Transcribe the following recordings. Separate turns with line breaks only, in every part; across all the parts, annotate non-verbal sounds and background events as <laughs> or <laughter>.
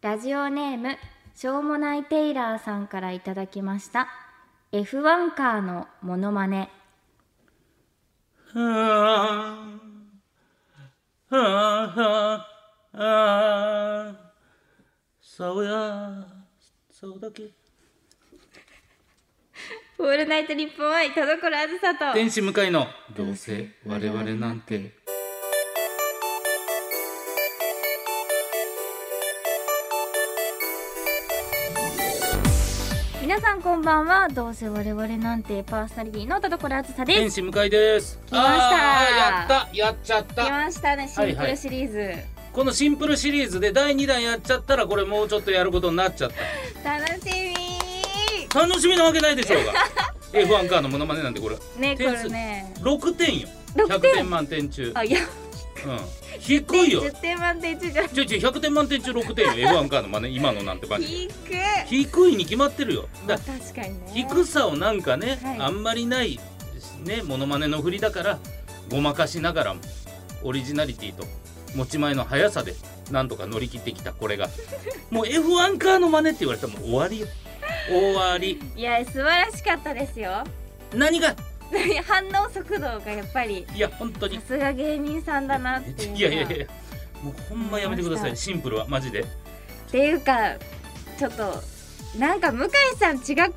ラジオネームしょうもないテイラーさんからいただきました F1 カーのモノマネ
ああああああそうやそうだけ
オールナイトニッポン愛田所あずさと
天使向かいのどうせ我々なんて
皆さんこんばんはどうせ我々なんてパーソナリティの田所あずさで
天
す
使向かいです
来ました
あーやったやっちゃっ
来
た
ましたねシンプ
はいは
ル
い
シリーズ、
このシンプルシリーズで第2弾やっちゃったらこれもうちょっとやることになっちゃっ
楽し
た楽しみなわけないでしょうが F1 カーのモノマネなんてこれ
みねこ
点数
れね
6点よ
6
100
点
点満点中、
あいや
うん、低いよ
10点満点中じゃ
ちょいちょい100点満点中6点よ F1 カーのマネ今のなんてマジで
低い
低いに決まってるよ
まあ
だ
確かにね
低さをなんかね、
はい
あんまりないねモノマネの振りだからごまかしながらもオリジナリティと持ち前の速さでなんとか乗り切ってきた
<laughs>
これがもう F1 カーの真似って言われたらもう終わりよ終わり
いや素晴らしかったですよ <laughs>
何が
反応速度がやっぱり
いや本当に
さすが芸人さんだなっていうのが
いやいやいやもうほんまやめてくださいシンプルはマジで
っていうかちょっとなんか向井さん違くない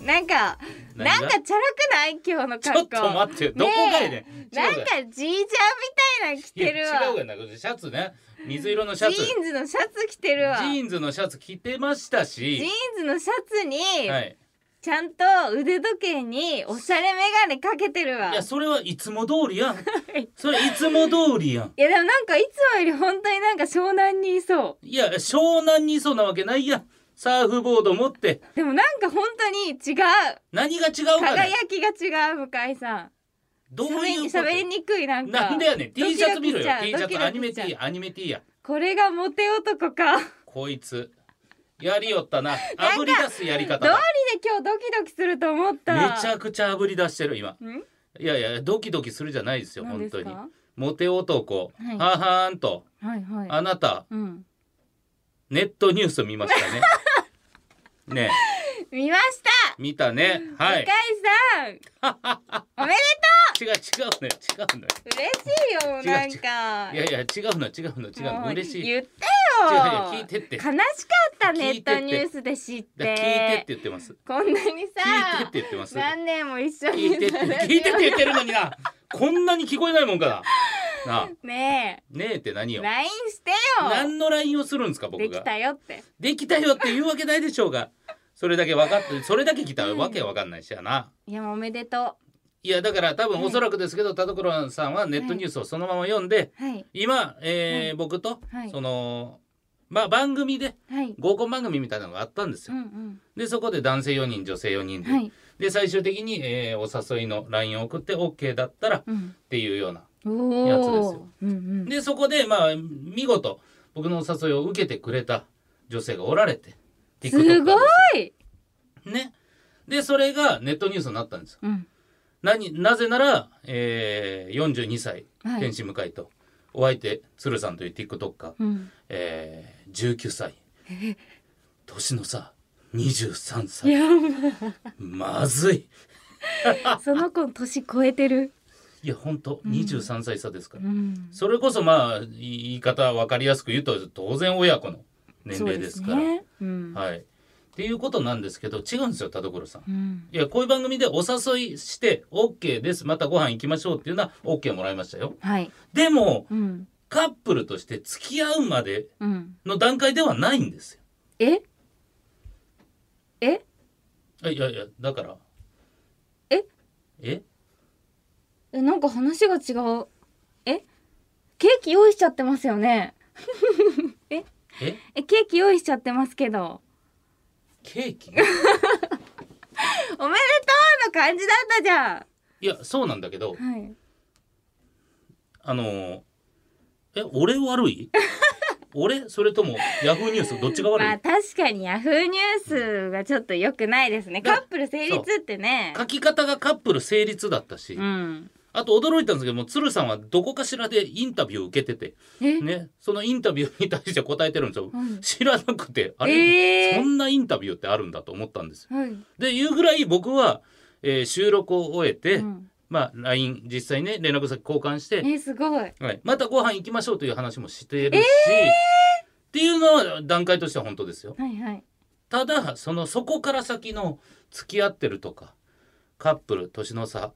なんか
何
なん
が
かチャラくない今日の
ちょ
格好
っと待ってよどこがやねん
なん
違
か
う
ジージャーみたいなの着てるわ
いや違うがなシャツね水色のシャツ
ジーンズのシャツ着てるわ
ジ
ジーン
ーンズのシャツ着てましたし
ズのシャツに、
はい、
ちゃんと腕時計におしゃれメガネかけてるわ
い
いや
やそれはいつも通
<laughs>
りやんそれいつも通りやん
でもなんかいつもより本当になんか湘南にいそう
いや湘南にいそうなわけないやんサーフボード持って
でもなんか本当に違う
何が違うか
輝
ね
きが違う向井さん
どう
喋
いう
り
こと
喋りにくいなんか
なんでやねん T シャツ見ろよ
ドキ
T シ
ドキしちゃ
ャ
う
ツアニメ
ドキドキしち
T
ゃう
アニメ T や
これがモテ男かどうり
こいつやりよったな
か
炙り出すやり方
で
だ
今日ドキドキすると思った
めちゃくちゃ炙り出してる今
ん
いやいやドキドキするじゃないですよ
何で
本当
す
に
か
モテ男、
はい
ははーんと
はいはい
あなた
うん
ネットニュース見ま <laughs> したねねえ
見ました
見たねはい
向井さんおめで
違う違うのよ違うのよ
とう嬉しいよ
違う
なんか
いやいや違うの違うの違う
も
の嬉しい違う
言
違う
ってよ
聞いてって
悲し
だか
かったネットニュースで知っ
ら聞いてって
て
言ってます
こんなにさ
聞いてって言ってます
何年も一緒
聞い
に
てって聞いてって言ってるのになこんなに聞こえないもんかななあ
<laughs> ね
ねえって何
え
よ
LINE してよ
何の LINE をするんですか
で
僕
き
が
たよって
できたよって言うわけないでしょうがそれだけ分かってそれだけ来たわけわかんないしやない
やもうおめでと
いやだから多分
はい
おそらくですけど田所さんはネットニュースをそのまま読んで
うはい
今、えー僕と、
はい
そのまあ番組で
はい
合コン番組みたいなのがあったんです
う
よ。
んうん
でそこで男性4人女性4人で,、
はい
で最終的に、えーお誘いの LINE を送って OK だったらっ
うん
ていうような。
お
やつですよ
うんうん
でそこでまあ見事僕のお誘いを受けてくれた女性がおられて TikToker です
すごい
ね。でそれがネットニュースになったんですよ。
うん
何なぜなら、えー、42歳
はい
天使向かいと、お相手鶴さんという TikToker、
うん
えー、19歳年の差23
い
歳
や
まずい
その子年超えてる
いや本当
ん
23歳差ですか
う
ら、
ん
それこそまあ言い方分かりやすく言うと当然親子の年齢ですから
そうねうん
はいっていうことなんですけど違うんですよ田所さん
うん
いやこういう番組でお誘いして OK ですまたご飯行きましょうっていうのは OK もらいましたよ
はい
でも
うん
カップルとして付き合うまで
うん
の段階ではないんですよ
ええ
あいやいやだから
え
え
えなんか話が違うえケーキ用意しちゃってますよね
え
えケーキ用意しちゃってますけど
ケーキ <laughs>
おめでとうの感じだったじゃ
いやそうなんだけど
んはい
あのーえ俺悪い <laughs> 俺それともヤフーニュースどっちが悪い、
まあ確かにヤフーニュースがちょっと良くないですねカ
だ
ップル成立ってね
書き方がカップル成立だったし、
うん
あと驚いたんですけども鶴さんはどこかしらでインタビューを受けてて、
え、
ね、そのインタビューに対して答えてるんですよ <laughs>
うん
知らなくてあれ、
え
そ
ー
んなインタビューってあるんだと思ったんですよ
はい
でいうぐらい僕は、えー収録を終えて、
うん
まあ LINE 実際ね連絡先交換して、
えすごい
はい、またご飯行きましょうという話もしてるし、っていうのは段階としては本当ですよ
はいはい
ただそのそこから先の付き合ってるとかカップル年の差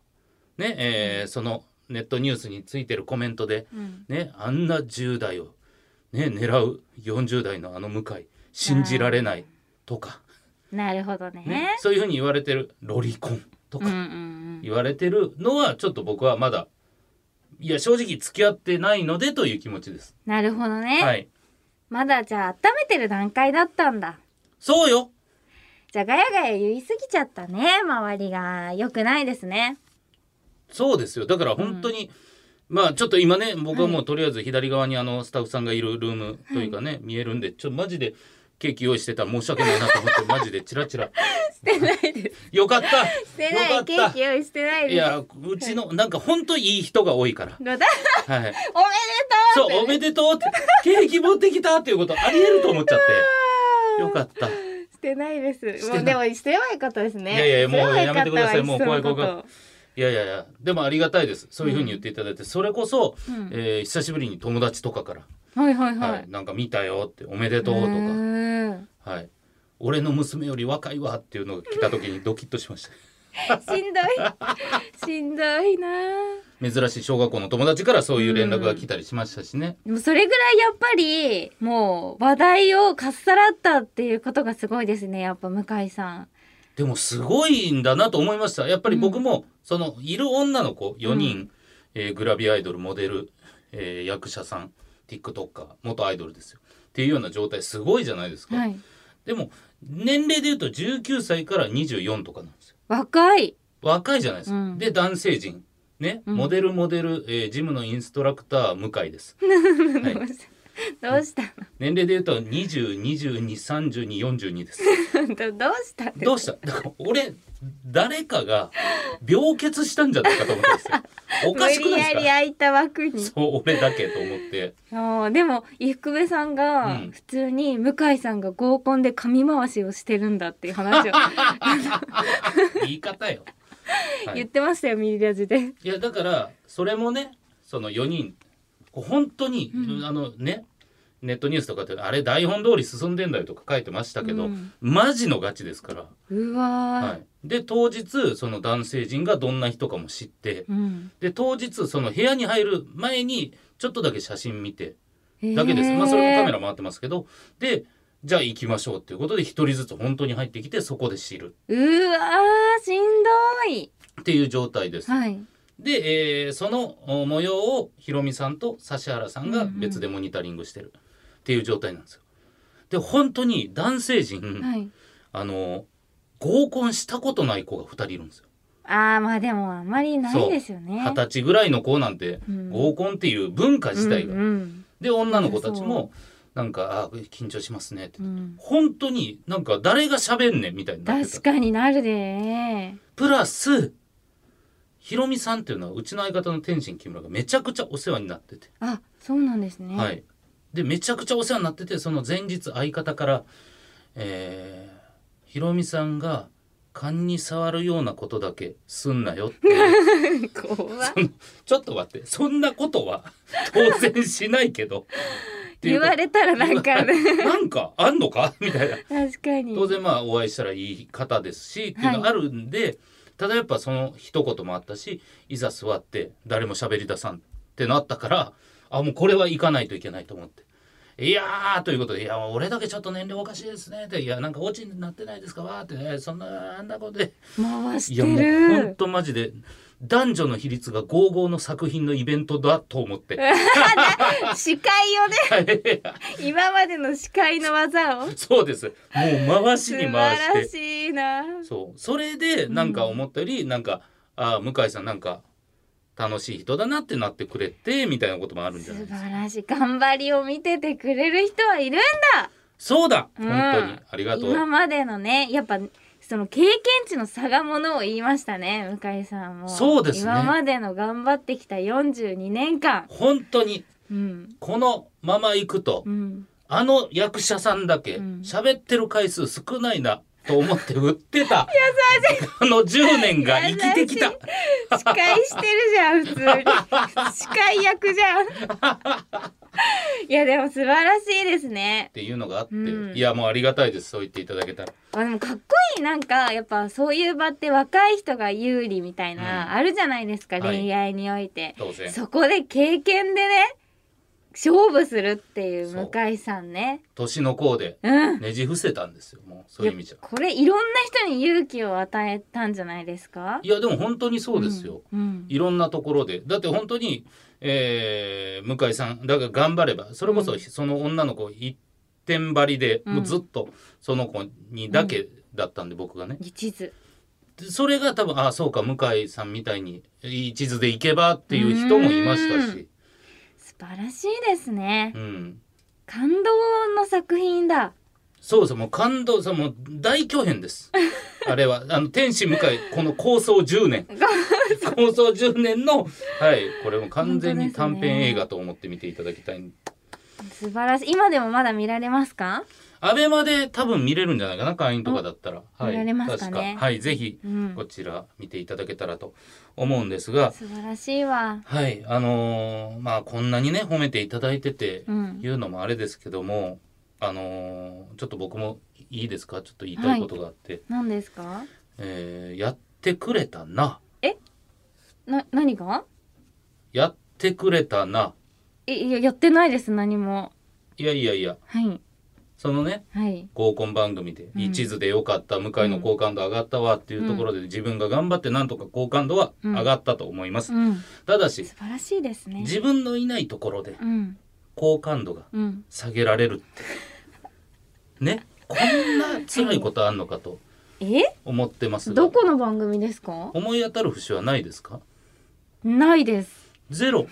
ねえーそのネットニュースについてるコメントで、
うん
ね、あんな10代を、ね、狙う40代のあの向井信じられないとか、
なるほどね
ね、そういうふうに言われてるロリコンと
うんう
か
んうん
言われてるのはちょっと僕はまだいや正直付き合ってないのでという気持ちです。
なるほどね、
はい、
まだじゃあ温めてる段階だったんだ
そうよ
じゃあガヤガヤ言いすぎちゃったね周りが良くないですね
そうですよだから本当に、まあちょっと今ね僕はもうとりあえず左側にあのスタッフさんがいるルームというかね、見えるんでちょっとマジでケーキ用意してたら申し訳ないなと思って
<laughs>
マジでチラチラ
してないです
よかった
して
よ
な
かっ
い
た
ケーキ用意してないです
いやうちのなんか本当いい人が多
<laughs>
いから
ごだおめで
はい
とう
そうおめでとうってケーキ持ってきたっていうことありえると思っちゃ
<laughs>
ってよかった
してないです
して
も
ないう
でもしてればよかったですね
いやいやいやもう
すればよかったわ
やめてください
っそ
もう
の
怖い
こと
怖い怖いやいやいやでもありがたいですそういうふうに言っていただいて、それこそ、
うん
えー久しぶりに友達とかから、
はいはいはい、
はい、なんか見たよっておめでとうとか
うーん
はい。俺の娘より若いわっていうのが来た時にドキッとしました
しんどい <laughs> しんどいなあ
珍しい小学校の友達からそういう連絡が来たりしましたしね、
でもそれぐらいやっぱりもう話題をかっさらったっていうことがすごいですねやっぱ向井さん
でもすごいんだなと思いましたやっぱり僕もそのいる女の子4人、えーグラビアアイドルモデル、えー役者さん TikToker 元アイドルですよっていうような状態すごいじゃないですか、
はい
でも年齢でいうと19歳から24とかなんですよ
若い <laughs>
若いじゃないですか、
うん
で男性陣ね、
うん
モデルモデル、えージムのインストラクター向
<laughs>
井です、はい
どうした <laughs> どうした
年齢で言うと20223242です
<laughs> のどどうしたって
どうしただから俺誰かが病欠したんじゃないかと思った
<laughs>
んですよお
無
かしく
理
ない
やり
ですか
空いた枠に
そう俺だけと思って
ああでも伊福部さんが
うん
普通に向井さんが合コンで髪回しをしてるんだっていう
<laughs>
話を
言い方よ、は
言っ
い、
てましたよ、ミリラジで。
いやだからそれもねその4人こう本当に、
うん
あのねネットニュースとかってあれ台本通り進んでんだよとか書いてましたけど、
うん
マジのガチですから、
うわー、
はい、で当日その男性陣がどんな人かも知って、
うん
で当日その部屋に入る前にちょっとだけ写真見てだけです、ま
へー
あそれもカメラ回ってますけどでじゃあ行きましょうっていうことで一人ずつ本当に入ってきてそこで知る
うわーしんどい
っていう状態です、
はい
で、えーそのお模様をひろみさんと指原さんが別でモニタリングしてるっていう状態なんですよで本当に男性陣、
はい
あの合コンしたことない子が2人いるんですよ
あーまあでもあんまりないですよね
二十歳ぐらいの子なんて
うん
合コンっていう文化自体が、
うんうん
で女の子たちもなんか「あ緊張しますね」って、
うん
本当になんか誰が喋んねんみたいになって
確
た
かになるで
プラスひろみさんっていうのはうちの相方の天心木村がめちゃくちゃお世話になってて、
あそうなんですね、
はいでめちゃくちゃお世話になっててその前日相方からえーひろみさんが勘に触るようなことだけすんなよって
怖っ
ちょっと待ってそんなことは当然しないけどってい
言
うこと
われたらなんか
<laughs> なんかあんのかみたいな
確かに
当然まあお会いしたらいい方ですしっていうのがあるんで、ただやっぱその一言もあったしいざ座って誰も喋り出さんってなったからあもうこれは行かないといけないと思って。いやーということで「いや俺だけちょっと年齢おかしいですね」って「いやなんかオチになってないですか?」わーって、ね「そんなあんなことで」
回し
い
て
やもうほん
る
とマジで男女の比率が55の作品のイベントだと思って
司会をね
<laughs>
今までの司会の技を
そうですもう回し
素
に
晴
回して
らしいな
そうそれでなんか思ったよりなんか、ああ向井さんなんか楽しい人だなってなってくれてみたいなこともあるんじ
素
ゃな
晴
いですから
しい頑張りを見ててくれる人はいるんだ
そうだ、
うん
本当にありがとう
今までのねやっぱその経験値の差がものを言いましたね向井さんも
そうですね
今までの頑張ってきた42年間
本当に
うん
このまま行くと、
うん
あの役者さんだけ
うん
喋ってる回数少ないなと思って売って
<laughs>
たあの10年が生きてきた
司会してるじゃん普通に司会役じゃんいやでも素晴らしいですね
っていうのがあって、
うん
いやもうありがたいですそう言っていただけたら
あでもかっこいいなんかやっぱそういう場って若い人が有利みたいな、
う
あるじゃないですか、
はい
恋愛において
当然
そこで経験でね勝負するっていう
そう
向井さんね
年の功で
うん
ねじ伏せたんですよもうそういう意味じゃ
いやこれいろんな人に勇気を与えたんじゃないですか
いやでも本当にそうですよ、
うんうん
いろんなところでだって本当に、えー向井さんだから頑張ればそれこ
う
そ
ん
その女の子一点張りで、
うん
もうずっとその子にだけだったんで、僕がね
一途
でそれが多分ああそうか向井さんみたいに一途でいけばっていう人もいましたし
素晴らしいですね
うん、
感動の作品だ
そうそうもう感動さもう大巨編です
<laughs>
あれはあの天使向井この構想10年
<laughs>
構想10年のはいこれも完全に短編映画と思って見ていただきたいんで
素晴らしい今でもまだ見られますか
アベマで多分見れるんじゃないかな会員とかだったら、
お
はい、
見られますかね
確はいぜひ
うん
こちら見ていただけたらと思うんですが、
素晴らしいわ
はいあのーまあこんなにね褒めていただいてて
うん
言うのもあれですけどもあのーちょっと僕もいいですかちょっと言いたいことがあって、
何ですか
えーやってくれたな
な何が
やってくれたない
いややってないです何も
いやいやいや
はい
そのね
はい
合コン番組で
うん
一途でよかった向井の好感度上がったわっていうところで自分が頑張ってなんとか好感度は上がったと思います、
うん
ただし
素晴らしいですね
自分のいないところで
うん
好感度が
うん
下げられる
<laughs>
ってねこんな辛いことあんのかと
え
思ってますが
どこの番組ですか
思い当たる節はないですか
ないです
ゼロ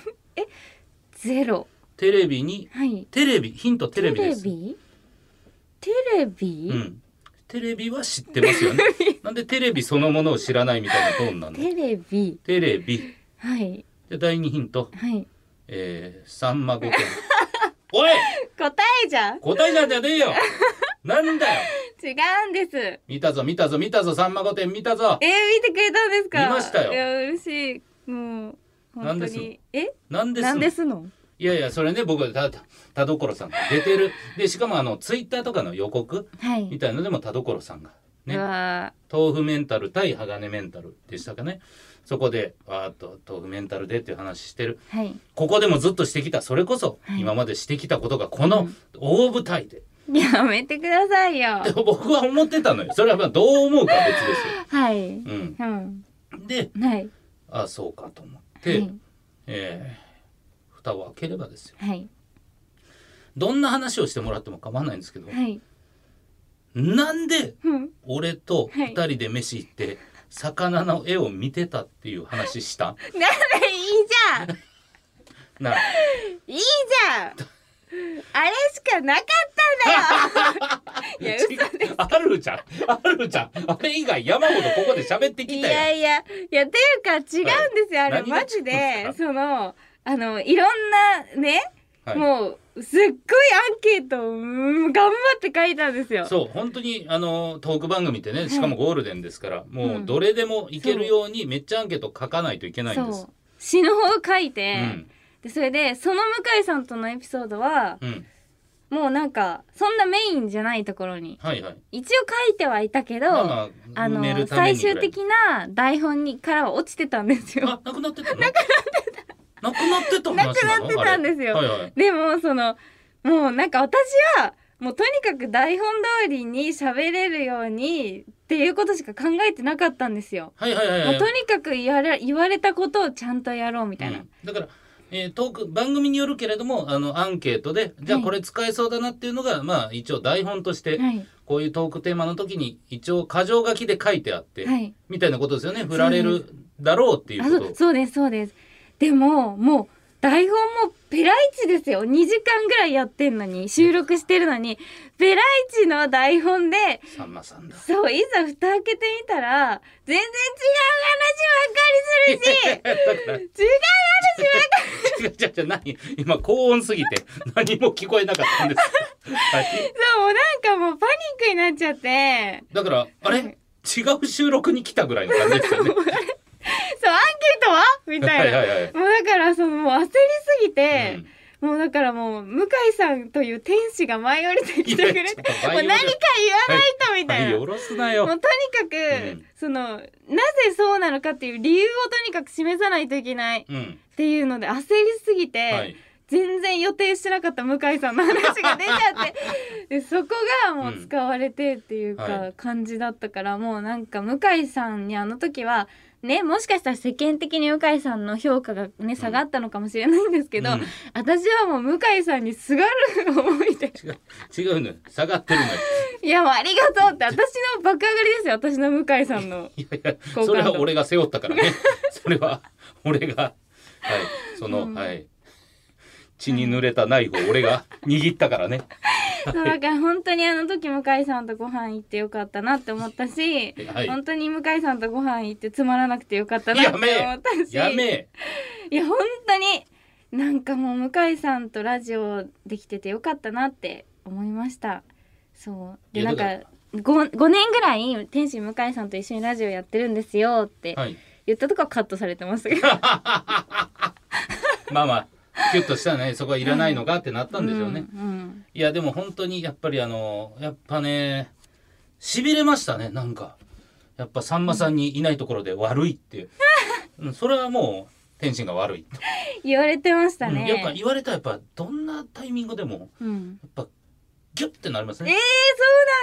ゼロ
テレビに
はい
テレビヒントテレビです
テレビテレビ、
うん、テレビは知ってますよねなんでテレビそのものを知らないみたいなトーンなんで
テレビ
テレビ
はい
で第二ヒント
はい
えー、さんまごとおい
答えじゃん違
答えじゃんじゃねえよなんだよ
うんですえ
見たぞ見たぞ見たぞさんま御殿見た
ー、
ぞ
見てくれたんですか
見ましたよ
いや嬉しいもう
なん
本当
です
にえ
なんです
なんですの
いやいやそれね僕はたた田所さんが出てるでしかもあのツイッターとかの予告
はい
みたいのでも田所さんがね
うわ
豆腐メンタル対鋼メンタルでしたかねそこでわーっと豆腐メンタルでっていう話してる
ーはい
ここでもずっとしてきたそれこそ
はい
今までしてきたことがこの大舞台で、
やめてくださいよ
でも僕は思ってたのよそれはまあどう思うかは別です
はい
よ。うん、
うん
で
はい
ああそうかと思っ
は
て、
い
えー蓋を開ければですよ
はい
どんな話をしてもらっても構わないんですけど、
はい
なんで
うん
俺と2人で飯行って魚の絵を見てたっていう話した
<laughs>
ん
ならいいじゃん
な
いいじ
<laughs>
ゃんあれしかなかったんだよいや嘘
<laughs> あるじゃんあるじゃんあれ以外山ほどここで喋って
い
きた
や
よ
いやいやていうか違うんですよ、
はい
あれ
何が違うん
マ
です
ジ
か
でそのあのいろんなね、
はい
もうすっごいアンケートをうん頑張って書いたんですよ。
そう本当にあのトーク番組ってねしかもゴールデンですから、もうどれでもいけるようにめっちゃアンケート書かないといけないんです
そう。死ぬほど書いうて、
ん
でそれでその向井さんとのエピソードは、
うん
もうなんかそんなメインじゃないところに
はいはい
一応書いてはいたけど、
まあ
あ、
まあ埋め
の
るた
最
めにぐらい
終的な台本にからは落ちてたんですよ。
あなくなってたの <laughs> なくなってた話な
な
の
くなってたんですよ
あれはいはい
でもそのもうなんか私はもうとにかく台本通りに喋れるようにっていうことしか考えてなかったんですよ。
はいはいはいはい
もうとにかく言われ言われたことをちゃんとやろうみたいな。
うんだから、えー、トーク番組によるけれどもあのアンケートでじゃあ
はい
これ使えそうだなっていうのが、まあ一応台本として、
はい
こういうトークテーマの時に一応箇条書きで書いてあって、
はい。
みたいなことですよね振られるだろうっていう
あ
こ
そ
と
うそうですそうです。でももう台本もペライチですよ2時間ぐらいやってんのに収録してるのにペライチの台本で
さんまさんだ
そういざ蓋開けてみたら全然違う話ばっかりするし違う
<laughs> 違う違う違う何今高音すぎて何も聞こえなかったんです <laughs> はい
そうもうなんかもうパニックになっちゃって
だからあれ
はい
違う収録に来たぐらいの感じです <laughs> よね
そうアンケートはみたいな
はいはいはい
もうだからそのもう焦りすぎて、
うん
もうだからもう向井さんという天使が舞い降りてきてくれて
いやちょっと
もう
舞い降りる
何か言わないとみたいな、
はいよろすな
も
よ
うとにかく、
うん
そのなぜそうなのかっていう理由をとにかく示さないといけないっ
うん
ていうので焦りすぎて、
はい
全然予定してなかった向井さんの話が出ちゃってで
<laughs>
そこがもう使われてっていう
うんは
か感じだったから、もうなんか向井さんにあの時はねもしかしたら世間的に向井さんの評価がね下がったのかもしれないんですけど、
うん
私はもう向井さんにすがる思い
<laughs>
で
違う違うのよ下がっ
<laughs>
てるのよ
いやもうありがとうって私の爆上がりですよ私の向井さん
<laughs>
の。
いやいや
好感度
それは俺が背負ったか
<laughs>
らねそれは俺がはいそ
う
の、
ん
はい血に濡れたナイフを俺が握ったからね
そうだから本当にあの時向井さんとご飯行ってよかったなって思ったし、
はい
本当に向井さんとご飯行ってつまらなくてよかったなって思ったし
やめえ
いや本当になんかもう向井さんとラジオできててよかったなって思いましたそうで
い
なん
やだ
か
から
5, 5年ぐらい天使向井さんと一緒にラジオやってるんですよって
はい
言ったとこはカットされてましたけど
まあまあキュッとしたらねそこはいらないのかってなったんでしょうね、
うんうん
いやでも本当にやっぱりあのやっぱねしびれましたねなんかやっぱさんまさんにいないところで悪いっ
<laughs>
ていう、うん、それはもう天心が悪いって
言われてました
う
ね、
ん、やっぱ言われたらやっぱどんなタイミングでも
うん
やっぱギュッてなります
えー
ね、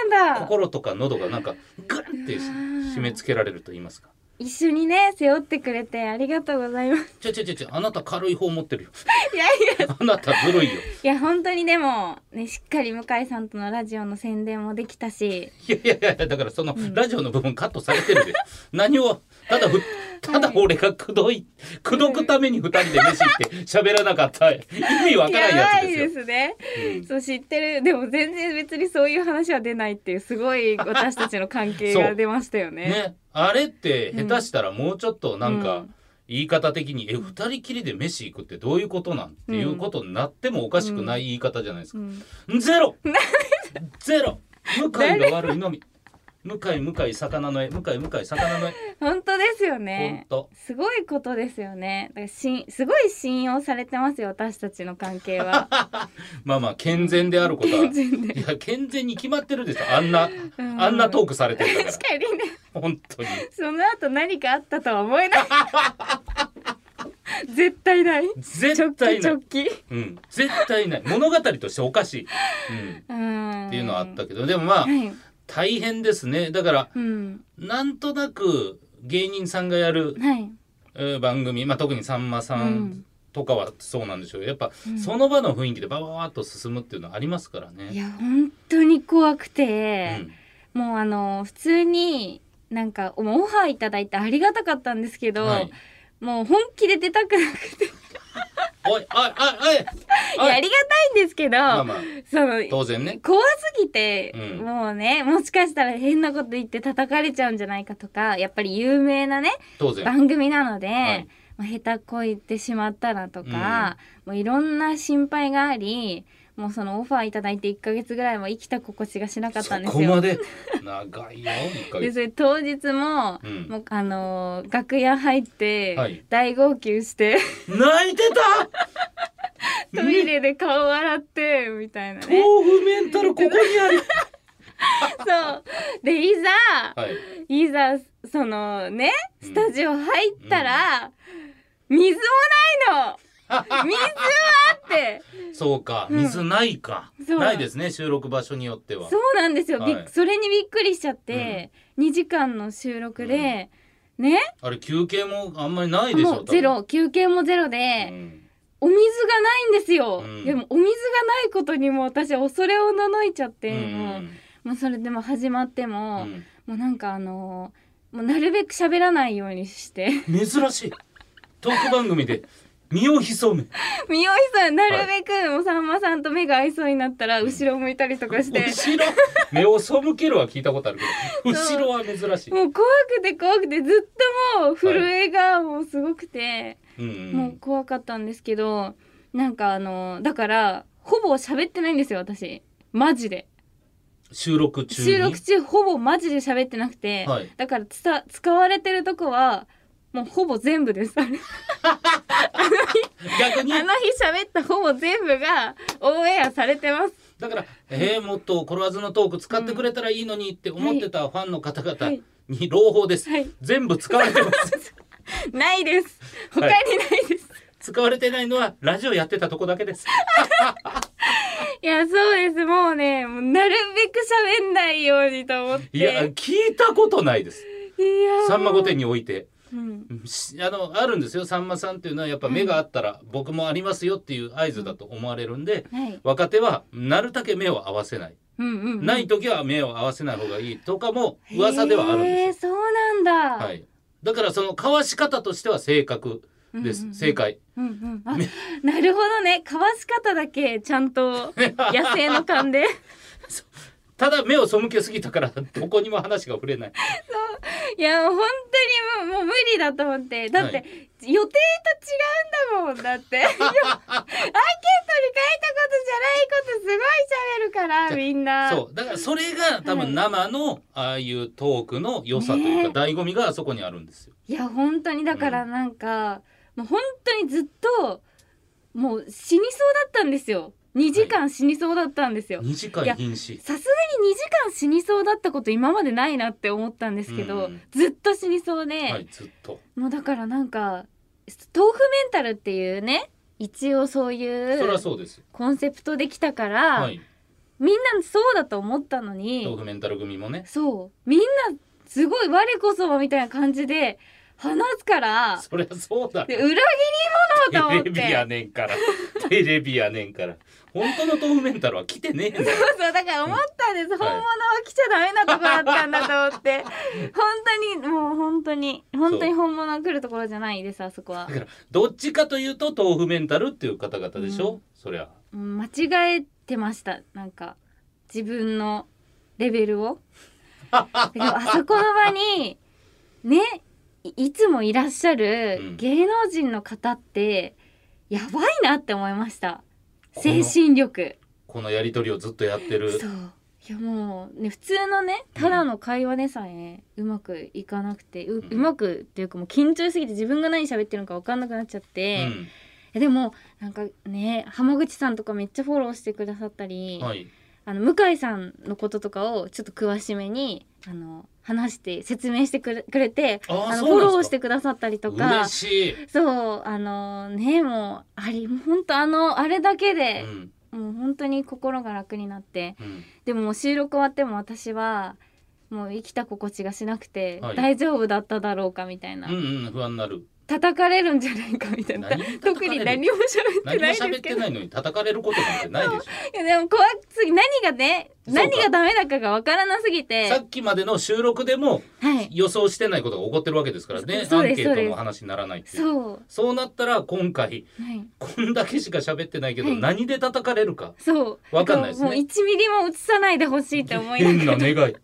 そうなんだ
心とか喉がなんかグンって締め付けられると言いますか
一緒にね背負ってくれてありがとうございます
ちょちょちょちょあなた軽い方持ってるよ
いやいや
あなたずるいよ
いや本当にでもねしっかり向井さんとのラジオの宣伝もできたし
いやいやいやだからそのラジオの部分カットされてるで、何をただふただ俺がくどいくどくために二人で飯行って喋らなかった意味わからんや
やばい
つ
で
で
す
よ。
すね
うん
そう知ってるでも全然別にそういう話は出ないっていうすごい私たちの関係
そ
が
う
出ましたよね。
ね、あれって下手したらもうちょっとなん
う
か
ん
言い方的に「え二人きりで飯行くってどういうことなん?」っていうことになってもおかしくない言い方じゃないです
う
か。
ん
ゼ
<laughs>
ロゼロ向井が悪いのみ向井向井魚の絵向井向井魚の絵
本当ですよ
ほん
ね。
と。
すごいことですよね。だからしんすごい信用されてますよ私たちの関係は。
まあまあ健全であることは
<laughs> 健全で
いや健全に決まってるでしょあんな、
うん
あんなトークされてるんだか
確かにね
ら本当に
その後何かあったとは思えない。 <laughs> 絶対ない。直
絶対
帰
ない
直帰。
うん、絶対ない物語としておかしい、うん、
うん。
っていうのはあったけどでもまあ
はい。
大変ですねだから
うん。
なんとなく芸人さんがやる
はい。
えー番組、まあ、特にさんまさ
うんん
とかはそうなんでしょうけどやっぱ
うん
その場の雰囲気でバババーっと進むっていうのはありますから
い
ね。
や本当に怖く
う
て。
ん
もうあの普通になんかオファーいただいてありがたかったんですけど、
はい
もう本気で出たくなくて
おいおいおいお
い
い
<laughs> やありがたいんですけど、
まあまあ
その
当然ね。
怖すぎて、
うん
もうねもしかしたら変なこと言って叩かれちゃうんじゃないかとかやっぱり有名なね
当然。
番組なので、
はい
まあ、下手こいてしまったらとか、もういろんな心配がありもうそのオファーいただいて1ヶ月ぐらいは生きた心地がしなかったんですよ。
そこまで長いよ1ヶ
で
月
それ当日も、
うん
もうあのー楽屋入って、
はい
大号泣して
泣いてた
トイレで顔洗ってみたいなね
豆腐メンタルここにある
そうでいざ
はい
いざそのね
うん
スタジオ入ったら、水もない
<laughs>
の水はあって
そうか
うん
水ないか、
そう
ないですね収録場所によっては
そうなんですよ、びっ
はい
それにびっくりしちゃって、2時間の収録で、ね
あれ休憩もあんまりないでしょ
もうゼロ休憩もゼロで
多、分
お水がないんですよ、
うん
でもお水がないことにもう私は恐れおののいちゃっ
うん
て、
うん
もうもうそれでも始まって
う
も、
ん
もうなんかあのーもうなるべく喋らないようにして <laughs>
珍しいトーク番組で身を潜め
身を潜めなるべくもうさんまさんと目が合いそうになったら後ろ向いたりとかして
後ろ目を背けるは聞いたことあるけど
そう
後ろは珍しい、
もう怖くて怖くてずっともう震えがもうすごくて、
うん
もう怖かったんですけどなんかあのだからほぼ喋ってないんですよ私マジで
収録中に
収録中ほぼマジで喋ってなくて、
はい
だからつた使われてるとこはもうほぼ全部ですあれ
逆に
あの日喋ったほぼ全部がオンエアされてます
だから「えー、もっとコロワーズのトーク使ってくれたらいいのに」って思ってたファンの方
は
々
い
に朗報です、
はい
全部使われてます <laughs>
ないです他
は
に
い
ないです、
使われてないのはラジオやってたとこだけです
い、やそうですもうねもうなるべく喋んないようにと思って
いや聞いたことないです「さんま御殿」
に、
において
うん
しあのあるんですよさんまさんっていうのはやっぱ目があったら僕もありますよっていう合図だと思われるんで
はい、
若手はなるだけ目を合わせない、
うんうんうん
ない時は目を合わせない方がいいとかも噂ではあるんですよ
へーそうなんだ、
はい、だからそのかわし方としては正確です、
うんうんうん
正解
うんうん、あなるほどねかわし方だけちゃんと野生の勘で
ただ目を背けすぎたからどこにも話が触れない
いやもう本当にもうもう無理だと思ってだって、
は
予定と違うんだもんだって
<laughs>
アンケートに書いたことじゃないことすごい喋るからみんな
そうだからそれが多分生のああいうトークの良さというか、醍醐味があそこにあるんですよ。
いや本当にだからなんか、もう本当にずっともう死にそうだったんですよ2時間死にそうだったんですよ、
2時間瀕死
さすがに2時間死にそうだったこと今までないなって思ったんですけど、
うん
ずっと死にそうで、
はいずっと
もうだからなんか豆腐メンタルっていうね一応そうい
そりゃ
う
そうですよ
コンセプトできたから、
はい
みんなそうだと思ったの
豆
に
腐メンタル組もね
そうみんなすごい我こそはみたいな感じで話すから
そりゃそうだ
で
テ
裏切り者と思っ
レビや
て。
ねんからテレビやねんから本当の豆腐メンタルは来てねえんだ
<laughs>
よ
そうそうだから思ったんです、本
ん
物は来ちゃダメなとこだったんだと思って
<laughs>
本当にもう本当に本当に本物が来るところじゃないですあそこは
だからどっちかというと豆腐メンタルっていう方々でしょ、
うん
そりゃ
うん間違えてましたなんか自分のレベル
<laughs>
をだけどあそこの場にねいいつもいらっしゃ
う
る
ん
芸能人の方ってやばいなって思いました
こ
精
の
神力
このやり取りをずっとやってる
そういやもうね普通のねただの会話でさえうまくいかなくてう,、
うん
うまくっていうかもう緊張しすぎて自分が何喋ってるのか分かんなくなっちゃっ
う
て、
ん
えでもなんかね浜口さんとかめっちゃフォローしてくださったり、
はい、
あの向井さんのこととかをちょっと詳しめにあの話して説明してくれくれて
あー
あの
そう
フォ
なんですか
ローしてくださったりとか
嬉しい、
そうあのねもうありもう本当あのあれだけ
う
で、
ん
もう本当に心が楽になって
うん、
でももう収録終わっても私はもう生きた心地がしなくて、
はい
大丈夫だっただろうかみたいな、
うんうん不安になる
叩かれるんじゃないかみたいな
何に叩か
特
れる
に何も喋って
何も
ないんで
喋っ
すけ
て
ど
ないのに叩かれることなんてないでしょ
いやでも怖すぎ何がね
そうか
何がダメだかがわからなすぎて
さっきまでの収録でも
はい
予想してないことが起こってるわけですからね
そ
ア
うで
ン
す
ケートの話にならないっていう
そう
そうなったら今回
はい
こんだけしか喋ってないけど、
はい
何で叩かれるか
そう
わかんないですね
もう1ミリも映さないでほしいって思い
変
な
な
がら
願い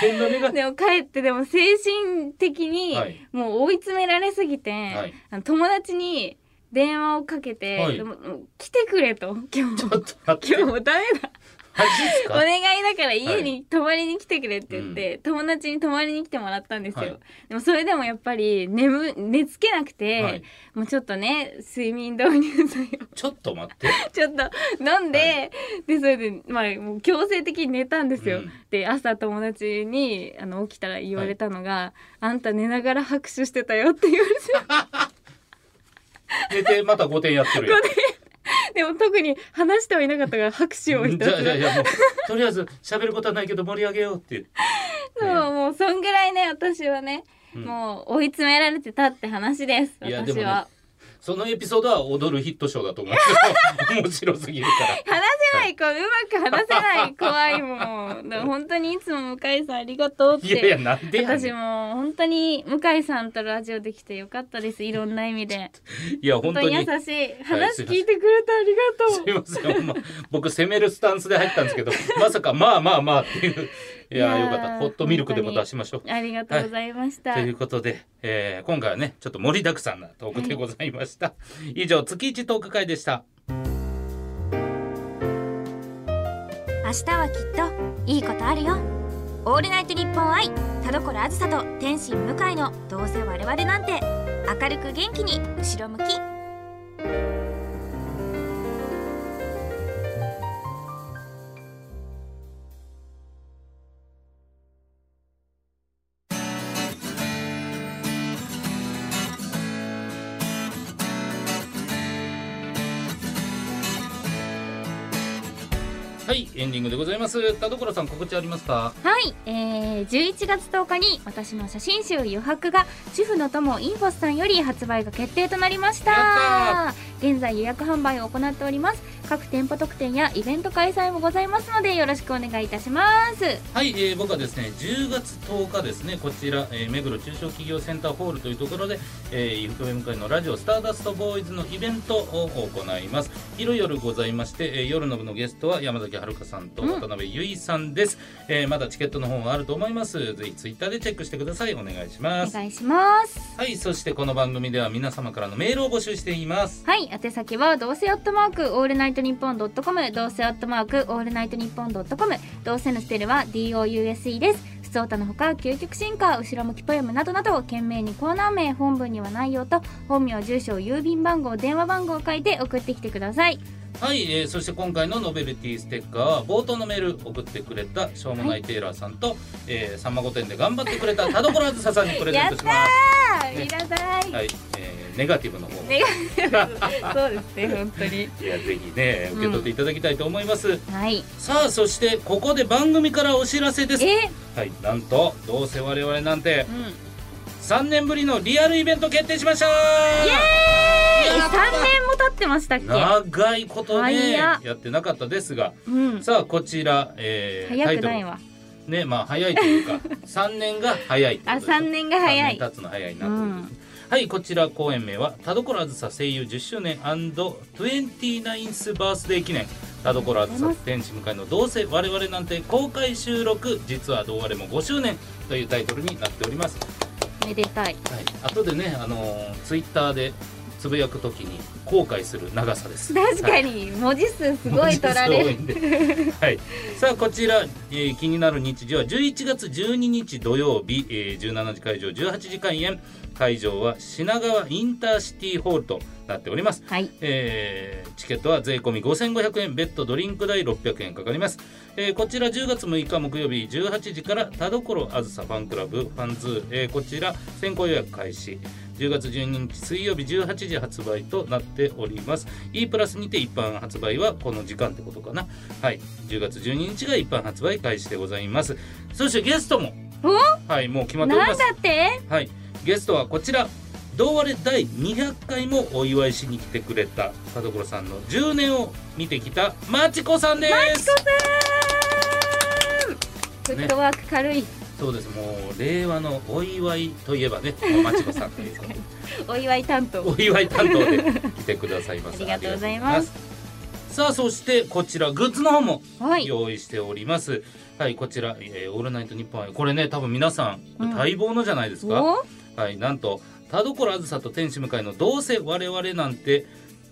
変な願い、
でも帰ってでも精神的に
はい
もう追い詰められすぎて、
はい、
あの友達に電話をかけて、
はい
でももう来てくれと今日
ちょっ
も
と待って
今日もダメだ
マジっす
お
か
願いだから家に泊まりに来てくれって言って、友達に泊まりに来てもらったんですよ、
はい
でもそれでもやっぱり眠寝つけなくて、
はい
もうちょっとね睡眠導入剤を
ちょっと待って
ちょっと飲んで、
は
でそれで、まあ、もう強制的に寝たんですよ、
うん
で朝友達にあの起きたら言われたのが、あんた寝ながら拍手してたよ」って言われて <laughs>
寝てまた5点やってるやん
でも特に話してはいなかった
<laughs>
から拍手を
う
い
んじ
た
ゃあじゃあじゃあもうとりあえず喋ることはないけど盛り上げようっていう、
そうもうそんぐらいね私はね、
うん
もう追い詰められてたって話です
いやで
私
もね
は。
<laughs> そのエピソードは踊るヒットショーだと思うけど面白すぎるか
話せない子、うまく話せない怖いもんだから本当にいつも向井さんありがとうっ
いやいや
て
なんでやねん
私も本当に向井さんとラジオできてよかったですいろんな意味で
いや
本
本
当
当
に優
に
しい
はい
話
すいません
聞いてくれてありがとう
すいません、ほんま、僕攻めるスタンスで入ったんですけどまさかまあまあまあっていういや
い
ー
や
よ
ー
かったホットミルクでも出しましょう。
ありがとうございました、
ということで、えー今回はねちょっと盛りだくさんなトークでございました、以上月一トーク会でした
明日はきっといいことあるよオールナイト日本愛田所あずさと天心向井のどうせ我々なんて明るく元気に後ろ向き
はいエンディングでございます田所さん告知ありますか
はい、えー、11月10日に私の写真集余白が主婦の友インフォスさんより発売が決定となりました
や
現在予約販売を行っております各店舗特典やイベント開催もございますのでよろしくお願いいたします
はい、えー僕はですね10月10日ですねこちら、えー目黒中小企業センターホールというところで、えー、イフト向会のラジオスターダストボーイズのイベントを行います昼夜ございまして、えー夜の部のゲストは山崎遥さんと
うん
渡辺結衣さんです、えーまだチケットの方はあると思いますぜひツイッターでチェックしてくださいお願いしま
お
す
願いします
はいそしてこの番組では皆様からのメールを募集しています
はい宛先はどうせアットマークオールナイトニッポンドットコムどうせアットマークオールナイトニッポンドットコムどうせのスペルは DOUSE です普通歌のほか究極進化後ろ向きポエムなどなど懸命にコーナー名本文には内容と本名住所郵便番号電話番号を書いて送ってきてください
はい、えーそして今回のノベルティステッカーは冒頭のメール送ってくれたしょうもないテイラーさんと、えーさんま御殿で頑張ってくれた田所あずささんにプレゼントしま
あーいらない
す。はい、えーネガティブの方も
ネ <laughs> そうですね本当に
いやぜひね受け取っていただきたいと思います、 <laughs>
はい
さあそしてここで番組からお知らせです
え
はいなんとどうせ我々なんて
うん
3年ぶりのリアルイベント決定しました
え
や
3
っ
年も経ってましたっけ
長いことね
早
や
っ
ってなかったですが
うん
さあこちら、えー、タ
早
イ
く
ト
な
ル
いわ
ねまあ早いという
<laughs>
か3年が早いってことです
あ三年が早い
三年経つの早いなということですねはいこちら公演名は田所あずさ声優10周年 &29th バースデー記念田所あずさ天使向井のどうせ我々なんて公開収録実はどうあれも5周年というタイトルになっております、
めでたい
はい、後でねあのツイッター Twitter でつぶやくときに後悔する長さです
確
は
か
い
に文字数すごい取られる
文字数多いんではい、さあこちら、えー気になる日時は11月12日土曜日、えー17時会場18時開演会場は品川インターシティホールとなっております、
はい
えーチケットは税込み5500円別途ドリンク代600円かかります、えーこちら10月6日木曜日18時から田所あずさファンクラブファンズー、えーこちら先行予約開始10月12日水曜日18時発売となっております e プラスにて一般発売はこの時間ってことかなはい10月12日が一般発売開始でございますそしてゲストも
お
はいもう決まっており
な
ま
ん
す
だって
はい、ゲストはこちら同割れ第200回もお祝いしに来てくれた田所さんの10年を見てきたまちこさんです
フットワーク軽い、
そうですもう令和のお祝いといえばねもうまちこさんということで <laughs>
お祝い担当
お祝い担当で来てくださいます
ありがとうございます
ありがとうございますさあそしてこちらグッズの方も
はい
用意しておりますはい、こちら、えーオールナイトニッポン」これね多分皆さん
うん
待望のじゃないですか、
お
はい、なんと田所あずさと天使向かいの「どうせ我々なんて」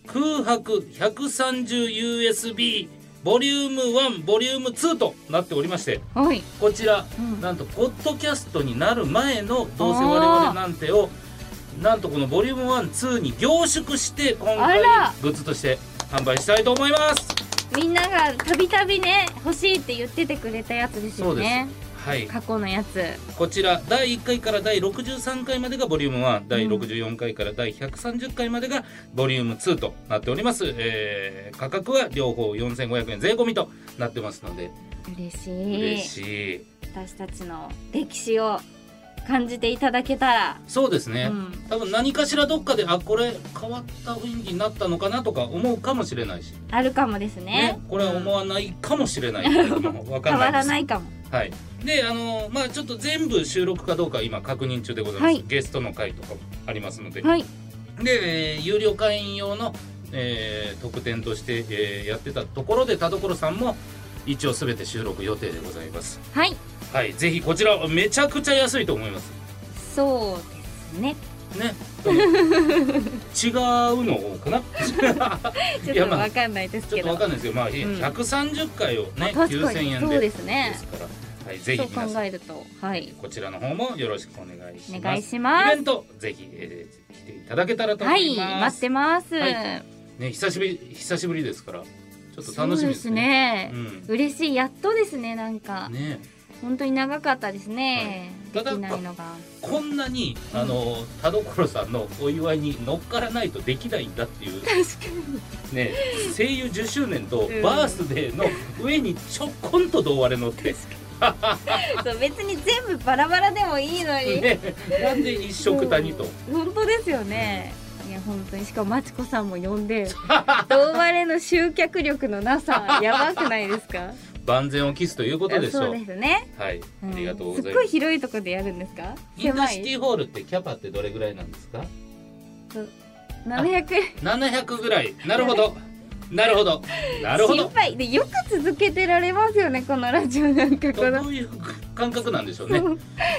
空白 130USB ボリューム1ボリューム2となっておりまして
はい
こちら、
うん
なんとポッドキャストになる前の「どうせ我々なんて」をなんとこのボリューム12に凝縮して今回
あら
グッズとして販売したいと思います
みんながたびたびね欲しいって言っててくれたやつですよね
はい
過去のやつ
こちら第1回から第63回までがボリューム1第64回から第130回までがボリューム2となっております、えー価格は両方4500円税込みとなってますので
嬉しい
嬉しい、
私たちの歴史を感じていただけたら、
そうですね、
うん
多分何かしらどっかであこれ変わった雰囲気になったのかなとか思うかもしれないし、
あるかもですね
ね、これは思わないかもしれないけれども <laughs> わか
変
んな
わ
いで
ら
す
ないかも
はい、であのまあちょっと全部収録かどうか今確認中でございます、
はい
ゲストの回とかもありますので、
はい
で、えー有料会員用の、えー特典として、えーやってたところで田所さんも一応全て収録予定でございます
はい
はいぜひこちらめちゃくちゃ安いと思います
そうですね
ね多分 <laughs> 違うのかな
<laughs> ち
い
ょ
や
っと
まあ
わかんないです
ちょっ
け
とわ
ど
かんないですけどまあ、
ん
130回をね
確か
9000
に
円
そう
で
で
です
ね
から、はい、ぜ
そう
ひ皆
考
さん
えるとはい
こちらの方もよろしくお願いしま
お
す
願いします
イベントぜひ、えー来ていただけたらと思
はいい
ます、
待ってます、
はいね久しぶり久しぶりですからちょっと
そう
楽しみ
で
ですす
ね
ねうん
嬉しいやっとですねなんか、
ね
本当に長かったですね、
はい
できないのが
こんなにあの田所さんのお祝いに乗っからないとできないんだって
<laughs>
いう
確かに
ね声優10周年と
うん
バースデーの上にちょこんと胴割れ乗って、
そう別に全部バラバラでもいいのに、
ね、なんで一色谷と
本当ですよねいや本当にしかもマチコさんも呼んで胴バレの集客力のなさやばくないですか
万全を期すということでし
そ
ょ
う
う
ですね、
はい
ん
ありがとうござい
すっ
ま
ごい
す
広いとこでやるんですか
イン
狭
ダシテ
い
ィホールってキャパってどれぐらいなんですか
700
700ぐらいなるほ
<laughs>
どなるほどなるほ
心
ど
配でよく続けてられますよねこのラジオなんかこ
ど
の、
ういう感覚なんでしょうねは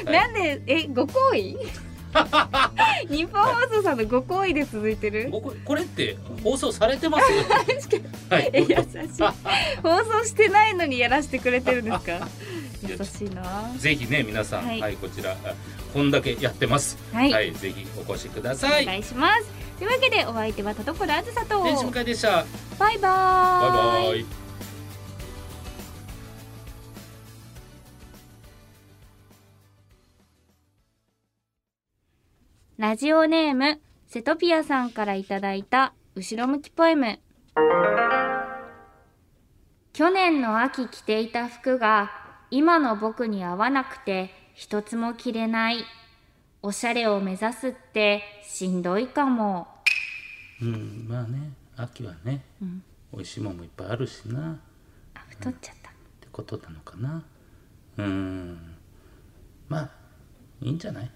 い
なんでえご好意日本放送さんのご好意で続いてる
僕これって放送されてます
確
<laughs> はい
え優しい放送してないのにやらせてくれてるんですか優しいなは
ぜひね皆さん、
は
はいい、こちらあこんだけやってます。
い、
はい、ぜひお越しくださ
お
い。
願いしますというわけでお相手は田所あずさと
天使会でした。
バイバ
バイ
ー
バイ。
ラジオネームセトピアさんからいただいた後ろ向きポエム去年の秋着ていた服が今の僕に合わなくて一つも着れないおしゃれを目指すってしんどいかも
うん、まあね、秋はね、美味しいもんもいっぱいあるしな、
あ太っちゃった
ってことなのかな。うん、まあいいんじゃない。